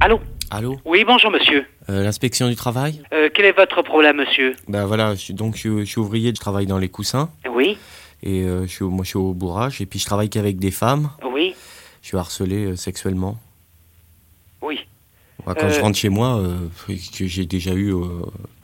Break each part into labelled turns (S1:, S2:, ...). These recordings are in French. S1: Allô
S2: Allô
S1: Oui, bonjour monsieur.
S2: Euh, L'inspection du travail
S1: Euh, quel est votre problème monsieur
S2: Ben voilà, je suis, donc je, suis- je suis ouvrier, je travaille dans les coussins.
S1: Oui,
S2: Et euh, je suis, au- moi je suis au bourrage. Et puis je travaille qu'avec des femmes.
S1: oui,
S2: Je suis harcelé euh, sexuellement.
S1: oui.
S2: Moi, quand
S1: Euh.
S2: je rentre chez moi, euh, que j'ai déjà eu euh,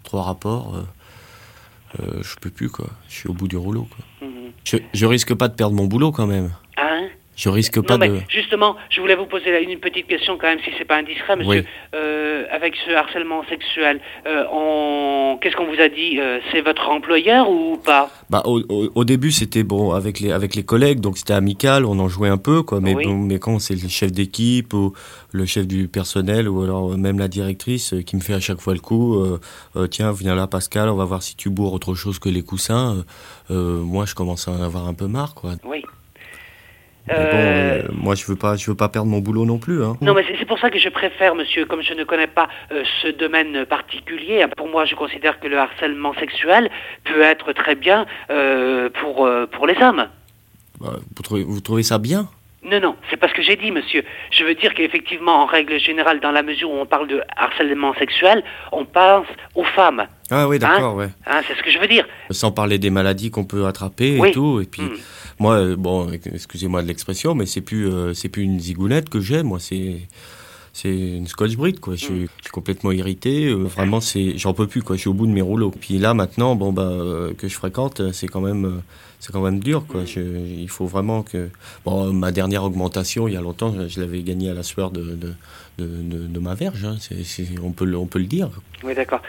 S2: trois rapports, euh, euh, je peux plus quoi. Je suis au bout du rouleau quoi.
S1: Mhm.
S2: Je, je risque pas de perdre mon boulot quand même.
S1: Hein
S2: Je risque pas
S1: Non mais
S2: de.
S1: justement, je voulais vous poser une petite question quand même, si c'est pas indiscret monsieur.
S2: Oui.
S1: Euh, avec ce harcèlement sexuel, euh, on... qu'est-ce qu'on vous a dit Euh, C'est votre employeur ou pas
S2: Bah, au, au- au début, c'était bon avec les, avec les collègues, donc c'était amical, on en jouait un peu, quoi. Mais,
S1: Oui.
S2: bon, mais quand c'est le chef d'équipe, ou le chef du personnel, ou alors même la directrice euh, qui me fait à chaque fois le coup, euh, euh, tiens, viens là, Pascal, on va voir si tu bourres autre chose que les coussins. euh, euh, moi, je commence à en avoir un peu marre, quoi.
S1: Oui.
S2: Mais bon,
S1: Euh,
S2: euh, moi, je veux pas, je veux pas perdre mon boulot non plus, hein.
S1: Non, mais c'est- c'est pour ça que je préfère, monsieur, comme je ne connais pas euh, ce domaine particulier. hein, Pour moi, je considère que le harcèlement sexuel peut être très bien euh, pour, euh, pour les hommes.
S2: Bah, vous, trouvez, vous trouvez ça bien
S1: Non, non, c'est pas ce que j'ai dit, monsieur. Je veux dire qu'effectivement, en règle générale, dans la mesure où on parle de harcèlement sexuel, on pense aux femmes.
S2: Ah oui, d'accord, ouais.
S1: Hein, c'est ce que je veux dire.
S2: Sans parler des maladies qu'on peut attraper et
S1: Oui.
S2: tout. Et puis,
S1: Mm.
S2: moi, euh, bon, excusez-moi de l'expression, mais c'est plus, euh, c'est plus une zigounette que j'ai. Moi, c'est, c'est une scotch brite, quoi. Je, suis-
S1: Mm.
S2: je suis complètement irrité. euh, vraiment, c'est, j'en peux plus, quoi. Je suis au bout de mes rouleaux. Puis là, maintenant, bon, bah, euh, que je fréquente, euh, c'est quand même, euh, c'est quand même dur,
S1: Mm.
S2: quoi. Je- il faut vraiment que. Bon, euh, ma dernière augmentation, il y a longtemps, je, je l'avais gagnée à la sueur de, de, de, de- de ma verge. hein. C'est- c'est- on peut, le- on peut le dire.
S1: Oui, d'accord.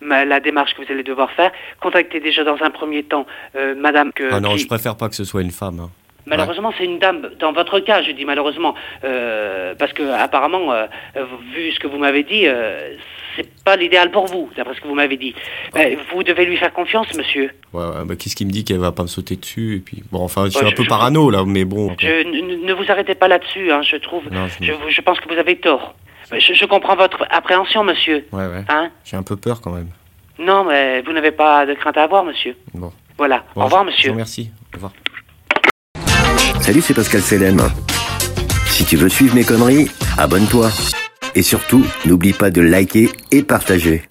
S1: Ma- La démarche que vous allez devoir faire, contactez déjà dans un premier temps euh, madame que...
S2: Ah non,
S1: qui-
S2: je préfère pas que ce soit une femme. hein.
S1: Malheureusement, c'est une dame. Dans votre cas, je dis malheureusement, euh, parce que apparemment, euh, euh, vu ce que vous m'avez dit, euh, c'est pas l'idéal pour vous, d'après ce que vous m'avez dit. Ben, vous devez lui faire confiance, monsieur.
S2: Ouais, ouais, bah, qu'est-ce qui me dit qu'elle va pas me sauter dessus et puis bon enfin je suis
S1: Ouais,
S2: un
S1: je-
S2: peu
S1: je-
S2: parano là mais bon
S1: Je, n- ne vous arrêtez pas là-dessus. hein, je trouve.
S2: Non, je-
S1: Je, vous- je pense que vous avez tort. Ben, Je, je comprends votre appréhension, monsieur.
S2: ouais ouais
S1: Hein
S2: j'ai un peu peur quand même
S1: Non, mais vous n'avez pas de crainte à avoir, monsieur.
S2: bon,
S1: Voilà.
S2: Bon,
S1: Au revoir,
S2: je- je
S1: monsieur.
S2: vous remercie au revoir
S3: Salut, c'est Pascal Selem. Si tu veux suivre mes conneries, abonne-toi. Et surtout, n'oublie pas de liker et partager.